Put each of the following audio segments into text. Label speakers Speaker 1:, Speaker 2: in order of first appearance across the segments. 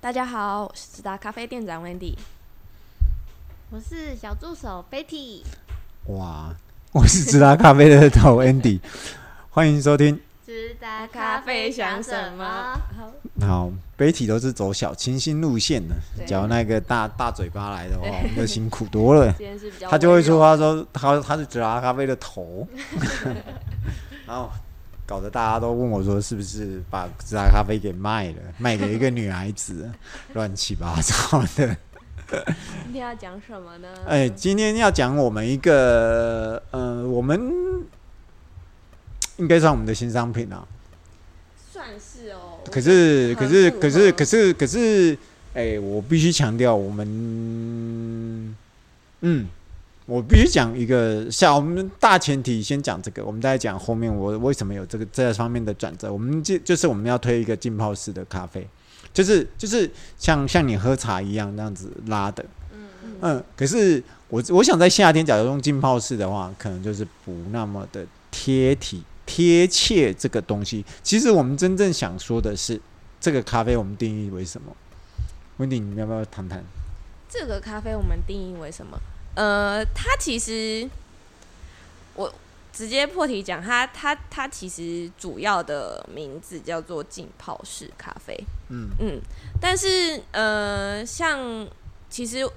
Speaker 1: 大家好，我是直达咖啡店长 Wendy。
Speaker 2: 我是小助手 Betty。
Speaker 3: 哇，我是直达咖啡的头 Andy，欢迎收听。
Speaker 2: 直达
Speaker 1: 咖啡想什么？
Speaker 3: 好，北体都是走小清新路线的，
Speaker 1: 对
Speaker 3: 只要那个大大嘴巴来的话，我们就辛苦多 了。
Speaker 1: 今天是比较
Speaker 3: 他就会
Speaker 1: 温柔
Speaker 3: 说，他说他他是直达咖啡的头， 然后搞得大家都问我说是不是把直达咖啡给卖了，卖给一个女孩子，乱七八糟的。
Speaker 1: 今天要讲什么呢？
Speaker 3: 哎，今天要讲我们一个，呃，我们应该算我们的新商品啊。
Speaker 1: 算是哦。
Speaker 3: 可是，可是，可是，可
Speaker 1: 是
Speaker 3: 是，可是，哎，我必须强调，我们，嗯，我必须讲一个下，我们大前提先讲这个，我们再讲后面我为什么有这个这方面的转折。我们就就是我们要推一个浸泡式的咖啡，就是就是像像你喝茶一样那样子拉的。
Speaker 2: 嗯
Speaker 1: 嗯
Speaker 2: 嗯，
Speaker 3: 嗯，可是我我想在夏天，假如用浸泡式的话，可能就是不那么的贴体贴切这个东西。其实我们真正想说的是，这个咖啡我们定义为什么？温迪，你要不要谈谈？
Speaker 1: 这个咖啡我们定义为什么？呃，它其实我直接破题讲，它它它其实主要的名字叫做浸泡式咖啡。
Speaker 3: 嗯
Speaker 1: 嗯，但是呃，像其实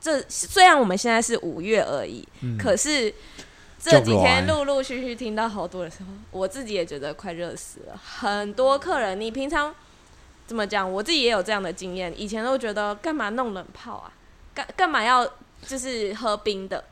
Speaker 1: 这虽然我们现在是五月而已，
Speaker 3: 嗯，
Speaker 1: 可是这
Speaker 3: 就
Speaker 1: 几
Speaker 3: 不
Speaker 1: 天
Speaker 3: 来
Speaker 1: 陆陆续续听到好多人说，我自己也觉得快热死了。很多客人，你平常怎么讲？我自己也有这样的经验，以前都觉得干嘛弄冷泡啊，干干嘛要就是喝冰的？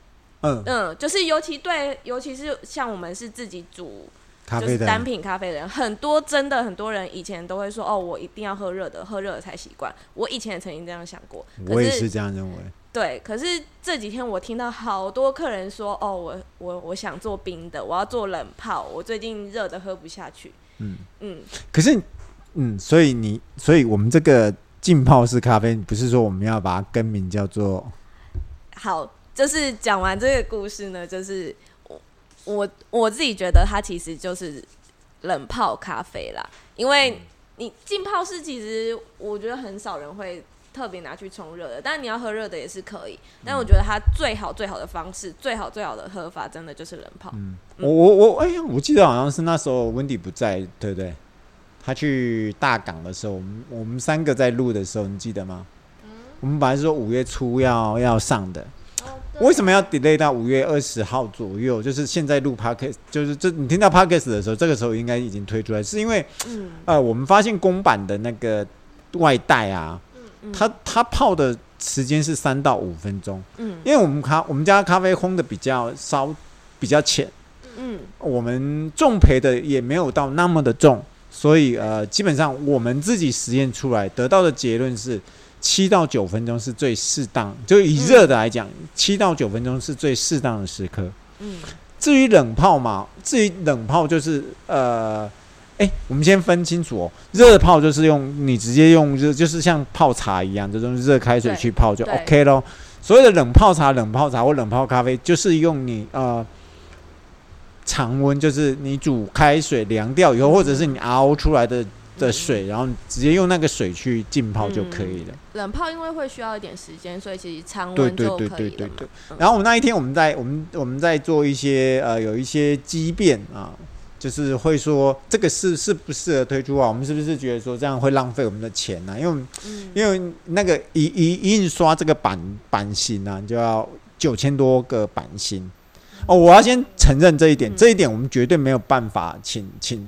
Speaker 3: 嗯，
Speaker 1: 嗯，就是尤其对，尤其是像我们是自己煮
Speaker 3: 咖
Speaker 1: 就
Speaker 3: 啡
Speaker 1: 是
Speaker 3: 的
Speaker 1: 单品咖啡的人，很多真的很多人以前都会说哦，我一定要喝热的，喝热的才习惯。我以前也曾经这样想过，可
Speaker 3: 我也是这样认为。
Speaker 1: 对，可是这几天我听到好多客人说哦，我我我想做冰的，我要做冷泡，我最近热的喝不下去。
Speaker 3: 嗯，
Speaker 1: 嗯，
Speaker 3: 可是，嗯，所以你，所以我们这个浸泡式咖啡，不是说我们要把它更名叫做
Speaker 1: 好，就是讲完这个故事呢，就是我我我自己觉得它其实就是冷泡咖啡啦，因
Speaker 3: 嗯
Speaker 1: 为你浸泡式其实我觉得很少人会特别拿去冲热的，但你要喝热的也是可以，但我
Speaker 3: 嗯
Speaker 1: 觉得它最好最好的方式，最好最好的喝法，真的就是冷泡。
Speaker 3: 嗯，我我我，哎呀，我记得好像是那时候温迪不在，对不对？他去大港的时候，我们我们三个在录的时候，你记得吗？
Speaker 1: 嗯
Speaker 3: 我们本来是说五月初要要上的，
Speaker 2: 哦，
Speaker 1: 啊
Speaker 3: 为什么要 delay 到五月二十号左右？就是现在录 podcast，就是这你听到 podcast 的时候，这个时候应该已经推出来，是因为
Speaker 1: 嗯，
Speaker 3: 呃，我们发现公版的那个外带啊，
Speaker 1: 嗯
Speaker 3: 它它泡的时间是三到五分钟，
Speaker 1: 嗯
Speaker 3: 因为我们咖我们家咖啡烘的比较稍比较浅。
Speaker 1: 嗯
Speaker 3: 我们重培的也没有到那么的重，所以呃，基本上我们自己实验出来得到的结论是，七到九分钟是最适当，就以热的来讲，七、到九分钟是最适当的时刻。
Speaker 1: 嗯
Speaker 3: 至于冷泡嘛，至于冷泡就是呃，哎、我们先分清楚哦，热泡就是用你直接用热，就是像泡茶一样，这种热开水
Speaker 1: 对
Speaker 3: 去泡就
Speaker 1: 对
Speaker 3: OK 咯。所谓的冷泡茶、冷泡茶或冷泡咖啡，就是用你呃常温，就是你煮开水凉掉以后，或者是你熬出来的的水，然后你直接用那个水去浸泡
Speaker 1: 嗯
Speaker 3: 就可以了。
Speaker 1: 冷泡因为会需要一点时间，所以其实常
Speaker 3: 对
Speaker 1: 温
Speaker 3: 对
Speaker 1: 就
Speaker 3: 对
Speaker 1: 可
Speaker 3: 对
Speaker 1: 以了
Speaker 3: 对
Speaker 1: 嘛。
Speaker 3: 对
Speaker 1: 嗯。
Speaker 3: 然后我们那一天我们在我们我们在做一些呃有一些激辩啊，就是会说这个适适不适合推出啊？我们是不是觉得说这样会浪费我们的钱呢、啊因为我们
Speaker 1: 嗯
Speaker 3: 因为那个一一印刷这个版版型啊，你就要九千多个版型。哦，我要先承认这一点，
Speaker 1: 嗯
Speaker 3: 这一点我们绝对没有办法请请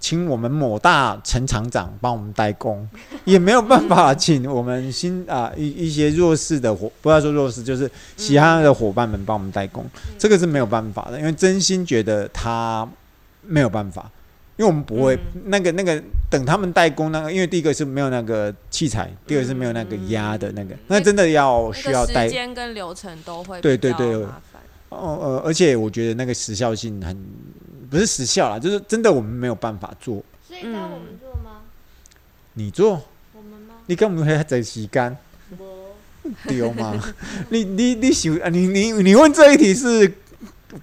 Speaker 3: 请我们某大陈厂长帮我们代工， 也没有办法请我们新啊、一一些弱势的伙，不要说弱势，就是其他的伙伴们帮我们代工，
Speaker 1: 嗯
Speaker 3: 这个是没有办法的，因为真心觉得他没有办法，因为我们不会、
Speaker 1: 嗯
Speaker 3: 那个那个等他们代工那个，因为第一个是没有那个器材，第二个是没有那个压的那个，那真的要
Speaker 1: 嗯那
Speaker 3: 需
Speaker 1: 个
Speaker 3: 要代
Speaker 1: 时间跟流程都会
Speaker 3: 对
Speaker 1: 比
Speaker 3: 对
Speaker 1: 较
Speaker 3: 对
Speaker 1: 麻烦。
Speaker 3: 哦呃，而且我觉得那个时效性很不是时效啦，就是真的我们没有办法做。
Speaker 2: 所以当我们做吗？
Speaker 1: 嗯
Speaker 3: 你做，
Speaker 2: 我们吗？
Speaker 3: 你根本还在时间
Speaker 2: 我
Speaker 3: 丢吗？你你你想啊，你你你问这一题是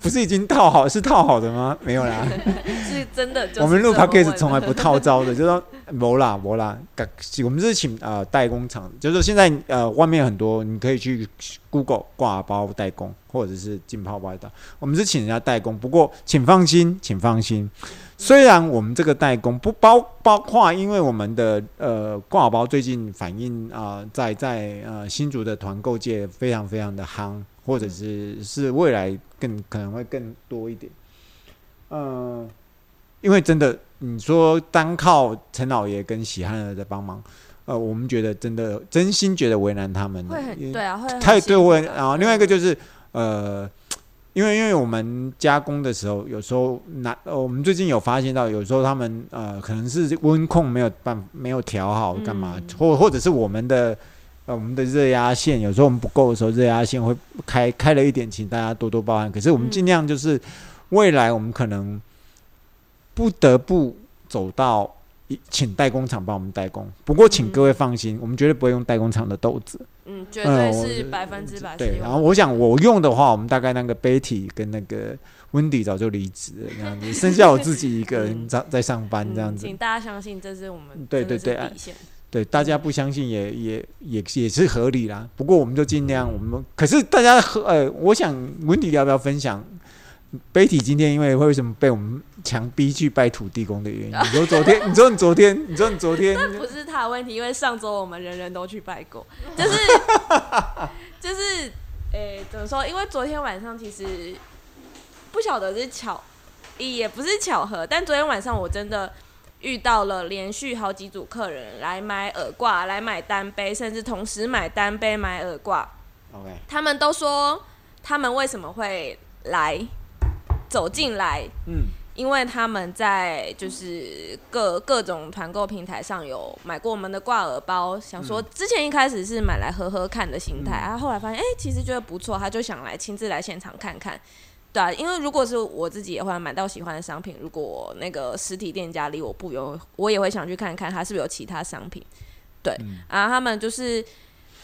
Speaker 3: 不是已经套好是套好的吗？没 有啦，
Speaker 1: 是真的就是
Speaker 3: 我们录 p
Speaker 1: 这
Speaker 3: o
Speaker 1: 么
Speaker 3: d c
Speaker 1: 问
Speaker 3: a
Speaker 1: 的
Speaker 3: s t 从来不套招的，就说没啦没啦，感我们是请呃代工厂，就是现在呃外面很多你可以去 Google 挂包代工或者是浸泡包代工，我们是请人家代工，不过请放心，请放心。虽然我们这个代工不包包括，因为我们的呃挂包最近反映啊、呃在在呃新竹的团购界非常非常的夯，或者是是未来更可能会更多一点。嗯、因为真的，你说单靠陈老爷跟喜憨儿的帮忙，呃，我们觉得真的真心觉得为难他们了
Speaker 1: 会
Speaker 3: 嗯因
Speaker 1: 很
Speaker 3: 为
Speaker 1: 对啊，会很
Speaker 3: 太
Speaker 1: 辛
Speaker 3: 对
Speaker 1: 苦
Speaker 3: 我也，
Speaker 1: 的
Speaker 3: 然后另外一个就是呃，因为因为我们加工的时候，有时候拿、呃我们最近有发现到，有时候他们呃可能是温控没有办没有调好干嘛，
Speaker 1: 嗯
Speaker 3: 或或者是我们的。呃，我们的热压线有时候我们不够的时候，热压线会开开了一点，请大家多多包涵。可是我们
Speaker 1: 嗯
Speaker 3: 尽量就是，未来我们可能不得不走到一请代工厂帮我们代工。不过请
Speaker 1: 嗯
Speaker 3: 各位放心，我们绝对不会用代工厂的豆子。
Speaker 1: 嗯，绝
Speaker 3: 嗯
Speaker 1: 对
Speaker 3: 我
Speaker 1: 是
Speaker 3: 就
Speaker 1: 百分之百是
Speaker 3: 对，
Speaker 1: 用
Speaker 3: 然后我想我用的话，我们大概那个 Betty 跟那个 Wendy 早就离职了，这样子，剩下我自己一个人在在上班这样
Speaker 1: 嗯
Speaker 3: 子。
Speaker 1: 请大家相信这是我们
Speaker 3: 对
Speaker 1: 真的
Speaker 3: 对
Speaker 1: 是
Speaker 3: 对啊
Speaker 1: 底线，
Speaker 3: 对，大
Speaker 1: 嗯
Speaker 3: 家不相信也也也也是合理啦。不过我们就尽量，我们可是大家和呃，我想 Wendy 要不要分享 Betty 今天因为为什么被我们强逼去拜土地公的原因？你说昨天，你说你昨天，你说你昨天，
Speaker 1: 不是他的问题，因为上周我们人人都去拜 过，就是就是诶、怎么说？因为昨天晚上其实不晓得是巧，也不是巧合，但昨天晚上我真的遇到了连续好几组客人来买耳挂、来买单杯，甚至同时买单杯、买耳挂。
Speaker 3: OK，
Speaker 1: 他们都说他们为什么会来走进来，
Speaker 3: 嗯，
Speaker 1: 因为他们在就是各各种团购平台上有买过我们的挂耳包，想说之前一开始是买来喝喝看的心态，
Speaker 3: 嗯
Speaker 1: 啊，后来发现哎、其实觉得不错，他就想来亲自来现场看看。对啊，因为如果是我自己也会买到喜欢的商品，如果我那个实体店家离我不远，我也会想去看看它是不是有其他商品。对、
Speaker 3: 嗯
Speaker 1: 啊，他们就是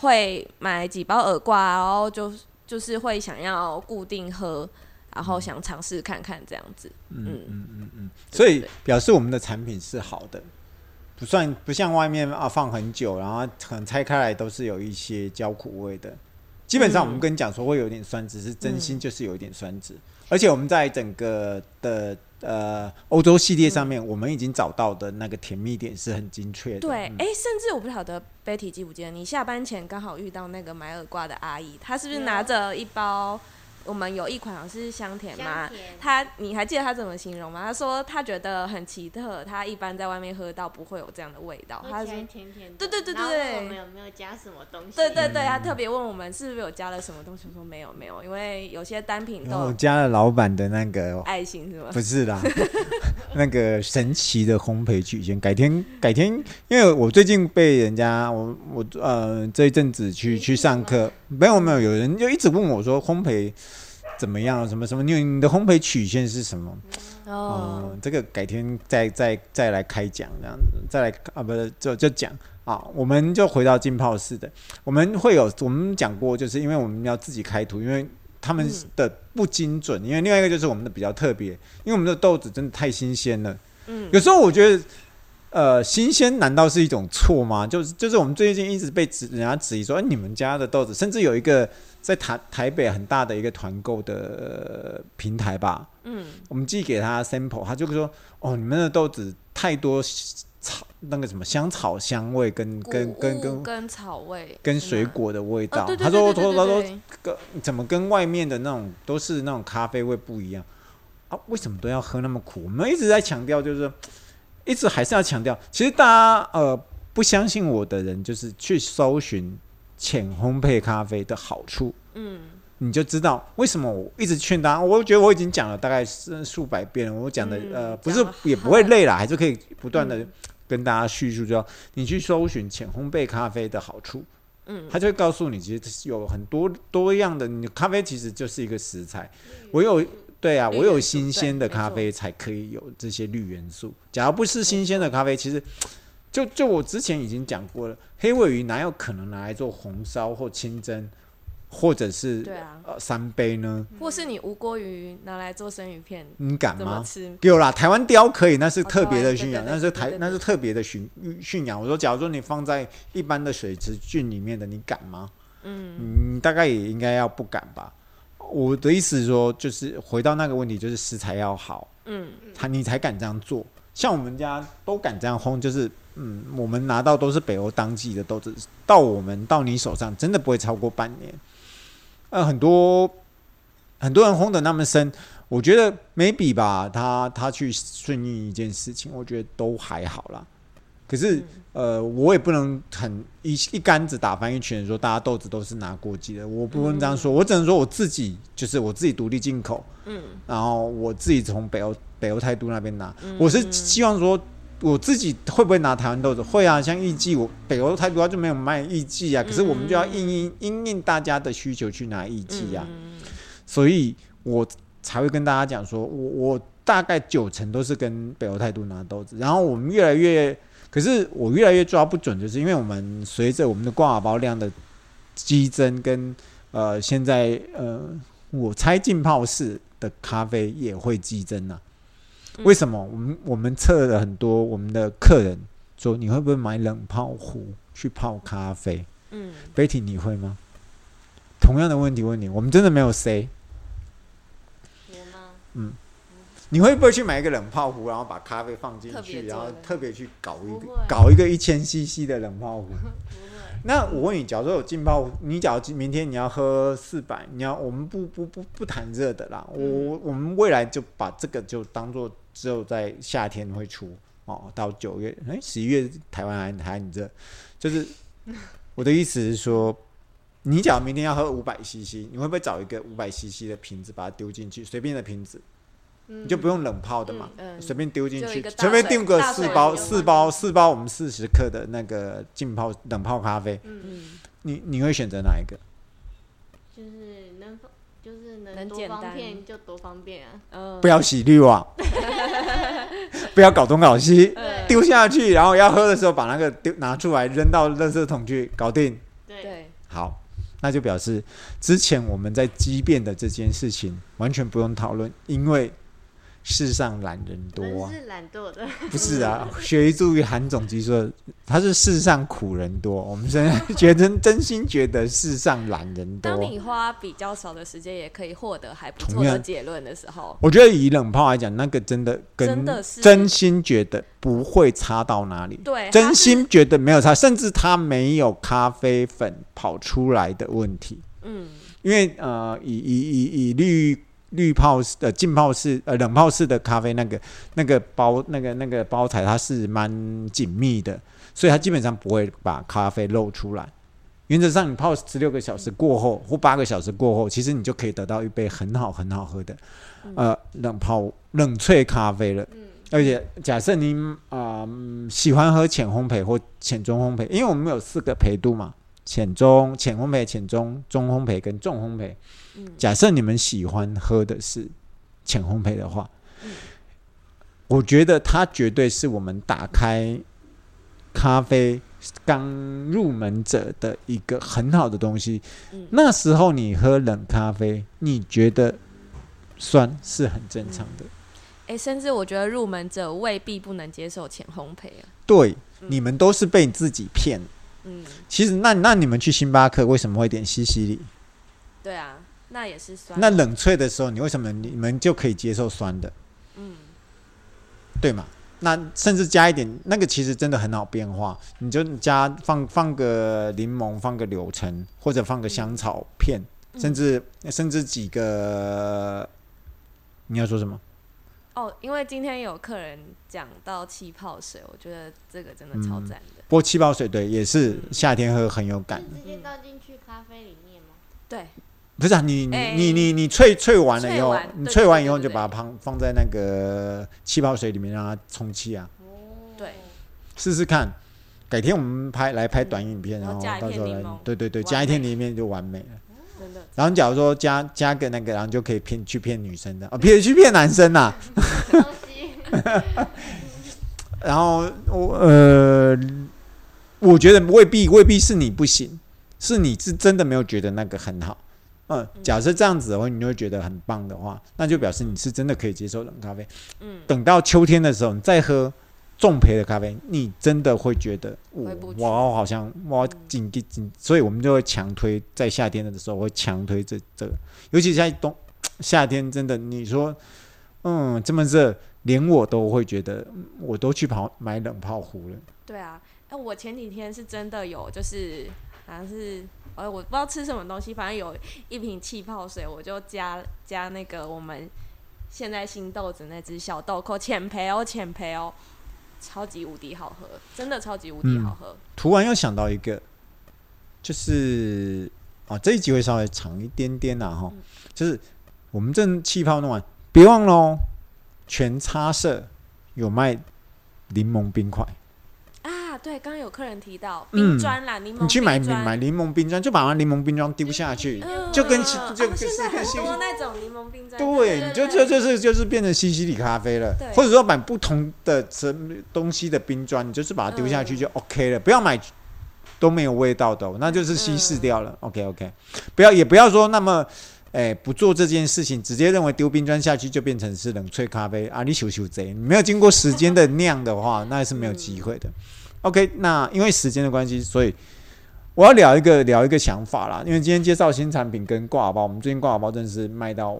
Speaker 1: 会买几包耳挂，然后就就是会想要固定喝，然后想尝试看看这样子。
Speaker 3: 嗯
Speaker 1: 嗯
Speaker 3: 嗯嗯嗯，所以表示我们的产品是好的，不算不像外面啊放很久，然后可能拆开来都是有一些焦苦味的。基本上我们跟你讲说会有点酸值，是真心就是有一点酸值，而且我们在整个的呃欧洲系列上面，我们已经找到的那个甜蜜点是很精确的。
Speaker 1: 对，哎、
Speaker 3: 嗯
Speaker 1: 甚至我不晓得 Betty 记不记得，你下班前刚好遇到那个买耳挂的阿姨，她是不是拿着一包？我们有一款好像是香甜吗
Speaker 2: 香？甜
Speaker 1: 她，你还记得她怎么形容吗？她说她觉得很奇特，她一般在外面喝到不会有这样的味道。她
Speaker 2: 喝
Speaker 1: 是
Speaker 2: 起来甜甜的，
Speaker 1: 对对对对
Speaker 2: 然后问我
Speaker 1: 对
Speaker 2: 们有没有加什么东西？
Speaker 1: 对对对，
Speaker 3: 嗯
Speaker 1: 她特别问我们是不是有加了什么东西，我说没有没有，因为有些单品
Speaker 3: 然后
Speaker 1: 都
Speaker 3: 我
Speaker 1: 有
Speaker 3: 加了老板的那个
Speaker 1: 爱心是吗？
Speaker 3: 不是啦， 那个神奇的烘焙曲线，改天改天，因为我最近被人家我我呃这一阵子去去上课，没有没有，有人就一直问我说烘焙怎么样，什么什么，你你的烘焙曲线是什么？哦、
Speaker 1: 哦，
Speaker 3: 这个改天再再再来开讲，这样子再来啊，不是就就讲啊，我们就回到浸泡式的，我们会有我们讲过，就是因为我们要自己开图，因为他们
Speaker 1: 嗯
Speaker 3: 的不精准，因为另外一个就是我们的比较特别，因为我们的豆子真的太新鲜了，
Speaker 1: 嗯
Speaker 3: 有时候我觉得。呃，新鲜难道是一种错吗？就是就是我们最近一直被指人家质疑说，哎、你们家的豆子，甚至有一个在台台北很大的一个团购的呃平台吧，
Speaker 1: 嗯，
Speaker 3: 我们寄给他 sample，他就说：“哦，你们的豆子太多草那个什么香草香味跟
Speaker 1: 谷
Speaker 3: 跟跟
Speaker 1: 物
Speaker 3: 跟
Speaker 1: 跟草味
Speaker 3: 跟
Speaker 1: 是
Speaker 3: 水
Speaker 1: 吗
Speaker 3: 果的味
Speaker 1: 哦
Speaker 3: 道。
Speaker 1: 对对
Speaker 3: 他
Speaker 1: 对
Speaker 3: 说：“他
Speaker 1: 对对
Speaker 3: 说他
Speaker 1: 对
Speaker 3: 说跟怎么跟外面的那种都是那种咖啡味不一样啊？为什么都要喝那么苦？我们一直在强调，就是一直还是要强调，其实大家呃不相信我的人，就是去搜寻浅烘焙咖啡的好处。”
Speaker 1: 嗯
Speaker 3: 你就知道为什么我一直劝大家，我觉得我已经讲了大概是数百遍了，我讲的、
Speaker 1: 嗯
Speaker 3: 呃不
Speaker 1: 讲嗯
Speaker 3: 是
Speaker 1: 了
Speaker 3: 也不会累啦，还是可以不断的跟大家叙述，就要你去搜寻浅烘焙咖啡的好处，
Speaker 1: 嗯
Speaker 3: 它就会告诉你，其实有很多多样的，你咖啡其实就是一个食材，我有。对啊，
Speaker 1: 绿
Speaker 3: 我有
Speaker 1: 元素
Speaker 3: 新鲜的
Speaker 1: 对没
Speaker 3: 咖啡才可以有这些绿元素。假如不是新鲜的咖啡，其实就就我之前已经讲过了，黑尾鱼哪有可能拿来做红烧或清蒸？或者是
Speaker 1: 对啊，
Speaker 3: 呃三杯呢？
Speaker 1: 或
Speaker 2: 嗯
Speaker 1: 是你无锅鱼拿来做生鱼片，
Speaker 3: 你敢
Speaker 1: 怎么
Speaker 3: 啊吗？
Speaker 1: 吃？
Speaker 3: 有啦，台湾雕可以，那是
Speaker 1: 哦
Speaker 3: 特别的
Speaker 1: 对
Speaker 3: 驯
Speaker 1: 对
Speaker 3: 养，
Speaker 1: 对
Speaker 3: 那是
Speaker 1: 对
Speaker 3: 台
Speaker 1: 对
Speaker 3: 那
Speaker 1: 对
Speaker 3: 是特别的驯驯养。我说，假如说你放在一般的水池菌里面的，你敢吗？嗯，你大概也应该要不敢吧。我的意思是说，就是回到那个问题，就是食材要好，
Speaker 1: 嗯，
Speaker 3: 他你才敢这样做。像我们家都敢这样烘，就是嗯，我们拿到都是北欧当季的豆子，到我们到你手上真的不会超过半年。呃，很多很多人烘的那么深，我觉得 maybe 吧，他他去顺应一件事情，我觉得都还好啦。可是、
Speaker 1: 嗯
Speaker 3: 呃，我也不能很一一竿子打翻一群人说大家豆子都是拿过季的，我不能这样说，我只能说我自己就是我自己独立进口，
Speaker 1: 嗯，
Speaker 3: 然后我自己从北欧北欧态度那边拿，
Speaker 1: 嗯
Speaker 3: 我是希望说。我自己会不会拿台湾豆子？会啊，像艺妓，我北欧态度它就没有卖艺妓啊。
Speaker 1: 嗯
Speaker 3: 可是我们就要应应应应大家的需求去拿艺妓啊。
Speaker 1: 嗯
Speaker 3: 所以我才会跟大家讲说，我我大概九成都是跟北欧态度拿豆子，然后我们越来越，可是我越来越抓不准，就是因为我们随着我们的挂耳包量的激增跟呃现在呃我猜浸泡式的咖啡也会激增啊。为什么？我们我们测了很多我们的客人说，你会不会买冷泡壶去泡咖啡？
Speaker 1: 嗯，
Speaker 3: Betty，你会吗？同样的问题问你，我们真的没有谁。
Speaker 2: 我吗？
Speaker 3: 你会不会去买一个冷泡壶，然后把咖啡放进
Speaker 1: 特别
Speaker 3: 去，
Speaker 1: 做
Speaker 3: 然后
Speaker 1: 的
Speaker 3: 特别去搞一
Speaker 2: 不
Speaker 3: 个
Speaker 2: 会
Speaker 3: 搞一个一千 CC 的 冷泡壶？
Speaker 2: 不会，
Speaker 3: 那我问你，假如说有浸泡壶，你假如明天你要喝四百，你要我们不不不不谈热的啦，
Speaker 1: 嗯
Speaker 3: 我我们未来就把这个就当做只有在夏天会出哦，到九月，哎，十一月台湾还还很热，就是 我的意思是说，你假如明天要喝五百 CC，你会不会找一个五百 CC 的瓶子把它丢进去，随便的瓶子，
Speaker 1: 嗯
Speaker 3: 你就不用冷泡的嘛，
Speaker 1: 嗯嗯
Speaker 3: 随便丢进
Speaker 1: 就一
Speaker 3: 去
Speaker 1: 个，大
Speaker 3: 随便
Speaker 1: 水
Speaker 3: 订个
Speaker 1: 大
Speaker 3: 四
Speaker 1: 水
Speaker 3: 包
Speaker 1: 牛
Speaker 3: 四
Speaker 1: 丸
Speaker 3: 包四包我们四十克的那个浸泡冷泡咖啡。
Speaker 1: 嗯
Speaker 3: 你你会选择哪一个？
Speaker 2: 就是能方，就是
Speaker 1: 能
Speaker 2: 能
Speaker 1: 简
Speaker 2: 多方
Speaker 1: 单
Speaker 2: 便就多方便啊。
Speaker 1: 嗯
Speaker 3: 不要洗 滤网，不要搞东搞西，
Speaker 1: 嗯
Speaker 3: 丢下去，然后要喝的时候把那个丢拿出来扔到垃圾桶去，搞定。
Speaker 2: 对，
Speaker 1: 对，
Speaker 3: 好，那就表示之前我们在畸变的这件事情完全不用讨论，因为世上懒人多
Speaker 2: 人
Speaker 3: 啊，
Speaker 2: 是懒惰的，
Speaker 3: 不是啊？学助于韩总机说，他是世上苦人多，我们真觉得真心觉得世上懒人多。
Speaker 1: 当你花比较少的时间，也可以获得还不错
Speaker 3: 同样
Speaker 1: 的结论的时候，
Speaker 3: 我觉得以冷泡来讲，那个真的跟
Speaker 1: 真的是
Speaker 3: 真心觉得不会差到哪里，
Speaker 1: 对，它
Speaker 3: 嗯真
Speaker 1: 是
Speaker 3: 心觉得没有差，甚至它没有咖啡粉跑出来的问题。
Speaker 1: 嗯
Speaker 3: 因为呃，以以以以滤滤泡式的浸泡式呃冷泡式的咖啡，那个那个包那个那个包材它是蛮紧密的，所以它基本上不会把咖啡漏出来。原则上，你泡十六个小时过后或八个小时过后，其实你就可以得到一杯很好很好喝的呃冷泡冷萃咖啡了。而且假设您啊、嗯喜欢喝浅烘焙或浅中烘焙，因为我们有四个焙度嘛，浅中、浅烘焙、浅中、中烘焙跟重烘焙。假设你们喜欢喝的是浅烘焙的话，我觉得它绝对是我们打开咖啡刚入门者的一个很好的东西。
Speaker 1: 嗯
Speaker 3: 那时候你喝冷咖啡，你觉得酸是很正常的。
Speaker 1: 哎，甚至我觉得入门者未必不能接受浅烘焙啊，
Speaker 3: 对，你们都是被自己骗。
Speaker 1: 嗯，
Speaker 3: 其实那那你们去星巴克为什么会点西西里？
Speaker 1: 对啊，那也是酸，
Speaker 3: 那冷萃的时候，你为什么你们就可以接受酸的？
Speaker 1: 嗯
Speaker 3: 对嘛？那甚至加一点，那个其实真的很好变化，你就加放放个柠檬，放个柳橙，或者放个香草片，
Speaker 1: 嗯
Speaker 3: 甚至甚至几个，你要说什么？
Speaker 1: 哦，因为今天有客人讲到气泡水，我觉得这个真的超
Speaker 3: 嗯
Speaker 1: 赞的，
Speaker 3: 波气泡水对，也是夏天喝很有感
Speaker 2: 是。直接倒进去咖啡里面吗？
Speaker 1: 对，
Speaker 3: 不是啊，你你
Speaker 1: 哎
Speaker 3: 你你你萃萃完了以
Speaker 1: 萃
Speaker 3: 后
Speaker 1: 完，
Speaker 3: 你
Speaker 1: 对
Speaker 3: 萃完
Speaker 1: 对
Speaker 3: 以后
Speaker 1: 对
Speaker 3: 你
Speaker 1: 对
Speaker 3: 就把它放放在那个气泡水里面让它充气啊，
Speaker 2: 哦，
Speaker 1: 对，
Speaker 3: 试试看。改天我们拍来拍短影片，
Speaker 1: 然
Speaker 3: 然
Speaker 1: 后
Speaker 3: 后
Speaker 1: 加一
Speaker 3: 到时候
Speaker 1: 片
Speaker 3: 来
Speaker 1: 柠檬，
Speaker 3: 对对对，
Speaker 1: 完
Speaker 3: 加一片
Speaker 1: 美
Speaker 3: 里面就完美了。
Speaker 1: 真的，
Speaker 3: 然后假如说加加个那个，然后就可以骗去骗女生的，哦，骗去骗男生啊呐、
Speaker 2: 东 西，
Speaker 3: 然后我呃，我觉得未必未必是你不行，是你是真的没有觉得那个很好。嗯，假设这样子的话，你就会觉得很棒的话，那就表示你是真的可以接受冷咖啡。
Speaker 1: 嗯，
Speaker 3: 等到秋天的时候，你再喝重焙的咖啡，你真的会觉得，我
Speaker 1: 回不去
Speaker 3: 我好像我紧紧紧，所以我们就会强推，在夏天的时候会强推这这个，尤其在冬夏天，真的你说，嗯，这么热，连我都会觉得，嗯我都去跑买冷泡壶了。
Speaker 1: 对啊，哎，我前几天是真的有，就是好像是，呃，我不知道吃什么东西，反正有一瓶气泡水，我就加加那个我们现在新豆子那只小豆蔻浅焙哦，浅焙哦，超级无敌好喝，真的超级无敌
Speaker 3: 嗯
Speaker 1: 好喝。
Speaker 3: 突然又想到一个，就是啊，这一集会稍微长一点点啦、哈、
Speaker 1: 嗯
Speaker 3: 就是我们正气泡弄完，别忘了哦，全插社有卖柠檬冰块，
Speaker 1: 啊，对，刚刚有客人提到
Speaker 3: 嗯
Speaker 1: 冰砖啦，柠、檬
Speaker 3: 你去买
Speaker 1: 冰
Speaker 3: 你
Speaker 1: 砖
Speaker 3: 买，柠檬冰砖，就把那柠檬冰砖丢下去，
Speaker 1: 嗯
Speaker 3: 就跟西
Speaker 1: 哦
Speaker 3: 就跟
Speaker 1: 现在
Speaker 3: 跟
Speaker 1: 很
Speaker 3: 西
Speaker 1: 多那种柠檬冰砖，
Speaker 3: 对，你就
Speaker 1: 对
Speaker 3: 这就是就是变成西西里咖啡了
Speaker 1: 对，
Speaker 3: 或者说买不同的什么东西的冰砖，你就是把它丢下去
Speaker 1: 嗯
Speaker 3: 就 OK 了，不要买都没有味道的哦、那就是稀
Speaker 1: 嗯
Speaker 3: 释掉了。OK OK，不要也不要说那么。哎，不做这件事情，直接认为丢冰砖下去就变成是冷萃咖啡啊！你羞羞贼，你没有经过时间的酿的话，那是没有机会的。OK，那因为时间的关系，所以我要聊一个聊一个想法啦。因为今天介绍新产品跟挂耳包，我们最近挂耳包真的是卖到，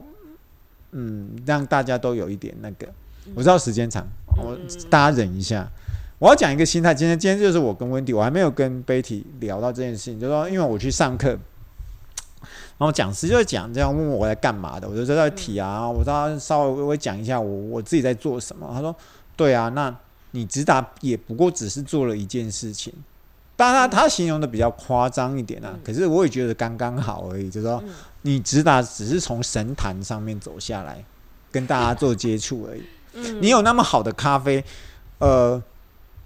Speaker 3: 嗯，让大家都有一点那个。我知道时间长，我
Speaker 1: 嗯嗯
Speaker 3: 大家忍一下。我要讲一个心态，今天今天就是我跟温迪，我还没有跟 Betty 聊到这件事情，就说因为我去上课，然后讲师就在讲这样问我我在干嘛的，我就在那提
Speaker 1: 嗯
Speaker 3: 啊，我大概稍微微讲一下我我自己在做什么。他说，对啊，那你直达也不过只是做了一件事情，当然他他形容的比较夸张一点啊
Speaker 1: 嗯，
Speaker 3: 可是我也觉得刚刚好而已，就说
Speaker 1: 嗯
Speaker 3: 你直达只是从神坛上面走下来，跟大家做接触而已。
Speaker 1: 嗯
Speaker 3: 你有那么好的咖啡，呃，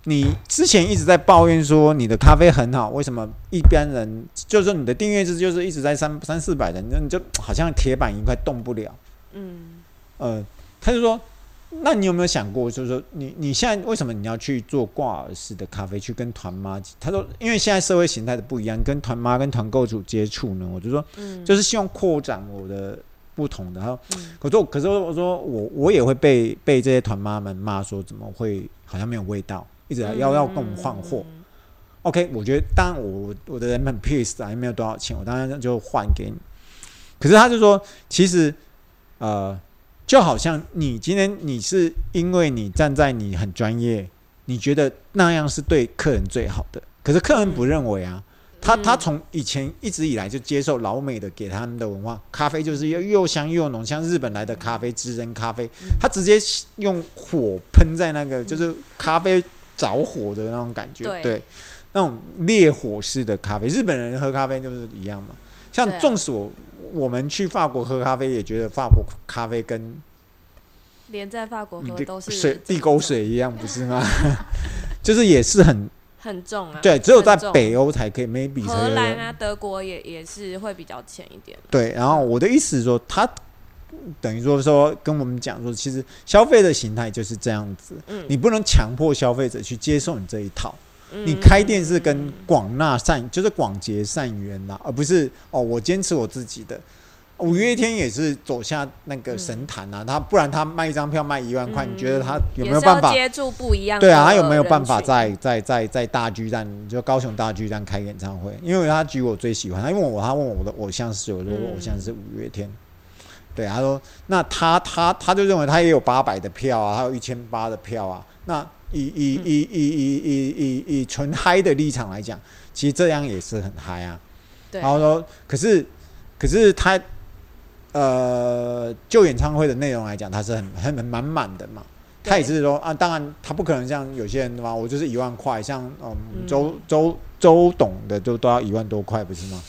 Speaker 3: 你之前一直在抱怨说你的咖啡很好，为什么一般人就是说你的订阅制就是一直在三三四百人，那你就好像铁板一块动不了。
Speaker 1: 嗯
Speaker 3: 呃，他就说，那你有没有想过，就是说你你现在为什么你要去做挂耳式的咖啡，去跟团妈？他说，因为现在社会形态的不一样，跟团妈跟团购主接触呢，我就说，
Speaker 1: 嗯，
Speaker 3: 就是希望扩展我的不同的。然后
Speaker 1: 嗯，
Speaker 3: 可是我可是我说我我也会被被这些团妈们骂说怎么会好像没有味道，一直要要跟我们换货。
Speaker 1: 嗯，
Speaker 3: OK，我觉得当然我我的人很 peace 啊，也没有多少钱，我当然就换给你。可是他就说，其实呃，就好像你今天你是因为你站在你很专业，你觉得那样是对客人最好的，可是客人不认为啊。他他
Speaker 1: 嗯
Speaker 3: 从以前一直以来就接受老美的给他们的文化，咖啡就是又又香又浓，像日本来的咖啡、知人咖啡，他直接用火喷在那个就是咖啡着火的那种感觉，
Speaker 1: 嗯对
Speaker 3: 对，那种烈火式的咖啡，日本人喝咖啡就是一样嘛。像
Speaker 1: 对啊
Speaker 3: 纵使我我们去法国喝咖啡，也觉得法国咖啡跟
Speaker 1: 连在法国
Speaker 3: 你
Speaker 1: 喝都
Speaker 3: 的
Speaker 1: 是
Speaker 3: 水
Speaker 1: 这
Speaker 3: 地
Speaker 1: 种
Speaker 3: 沟水一样，不 是吗？就是也是很
Speaker 1: 很重啊，
Speaker 3: 对，只有在
Speaker 1: 很重
Speaker 3: 北欧才可以，maybe 才
Speaker 1: 荷
Speaker 3: 有
Speaker 1: 兰啊、德国也也是会比较浅一点。
Speaker 3: 对，然后我的意思是说，他等于说说跟我们讲说，其实消费的形态就是这样子，
Speaker 1: 嗯，
Speaker 3: 你不能强迫消费者去接受你这一套。
Speaker 1: 嗯
Speaker 3: 你开店是跟广纳善，就是广结善缘啦，而不是哦，我坚持我自己的。五月天也是走下那个神坛啊，他不然他卖一张票卖一万块，
Speaker 1: 嗯
Speaker 3: 你觉得他
Speaker 1: 也
Speaker 3: 有没有
Speaker 1: 是要
Speaker 3: 办法？
Speaker 1: 接住不一样的
Speaker 3: 对
Speaker 1: 人群？
Speaker 3: 啊，他有没有办法在在在在大巨蛋，就高雄大巨蛋开演唱会？因为他举我最喜欢，他因为我他问我的偶像是谁，我说我
Speaker 1: 嗯
Speaker 3: 偶像是五月天。对，他说那他他他就认为他也有八百的票啊，还有一千八的票啊。那以以以以以以以以纯嗨的立场来讲，其实这样也是很嗨啊。
Speaker 1: 对
Speaker 3: 然后说，可是可是他呃，就演唱会的内容来讲，他是很很很满满的嘛。
Speaker 1: 对
Speaker 3: 他也是说啊，当然他不可能像有些人嘛，我就是一万块，像嗯
Speaker 1: 嗯
Speaker 3: 周周周董的都都要一万多块，不是吗？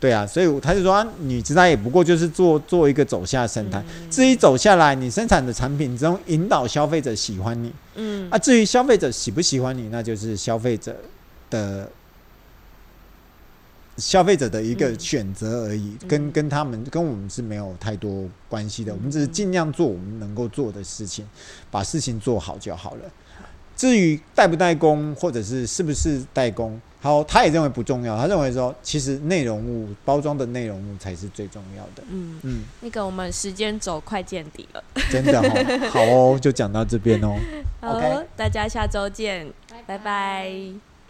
Speaker 3: 对啊，所以他就说、啊，你知道也不过就是做做一个走下生态，
Speaker 1: 嗯
Speaker 3: 至于走下来，你生产的产品只能引导消费者喜欢你，
Speaker 1: 嗯
Speaker 3: 啊，至于消费者喜不喜欢你，那就是消费者的消费者的一个
Speaker 1: 嗯
Speaker 3: 选择而已，跟
Speaker 1: 嗯
Speaker 3: 跟他们跟我们是没有太多关系的。我们只是
Speaker 1: 嗯
Speaker 3: 尽量做我们能够做的事情，把事情做好就好了。至于代不代工，或者是是不是代工，好，他也认为不重要。他认为说，其实内容物包装的内容物才是最重要的。
Speaker 1: 嗯，
Speaker 3: 嗯，
Speaker 1: 那个我们时间轴快见底了，
Speaker 3: 真的哦，好哦，就讲到这边哦。
Speaker 1: 好
Speaker 3: OK
Speaker 1: 大家下周见，拜
Speaker 2: 拜
Speaker 1: 拜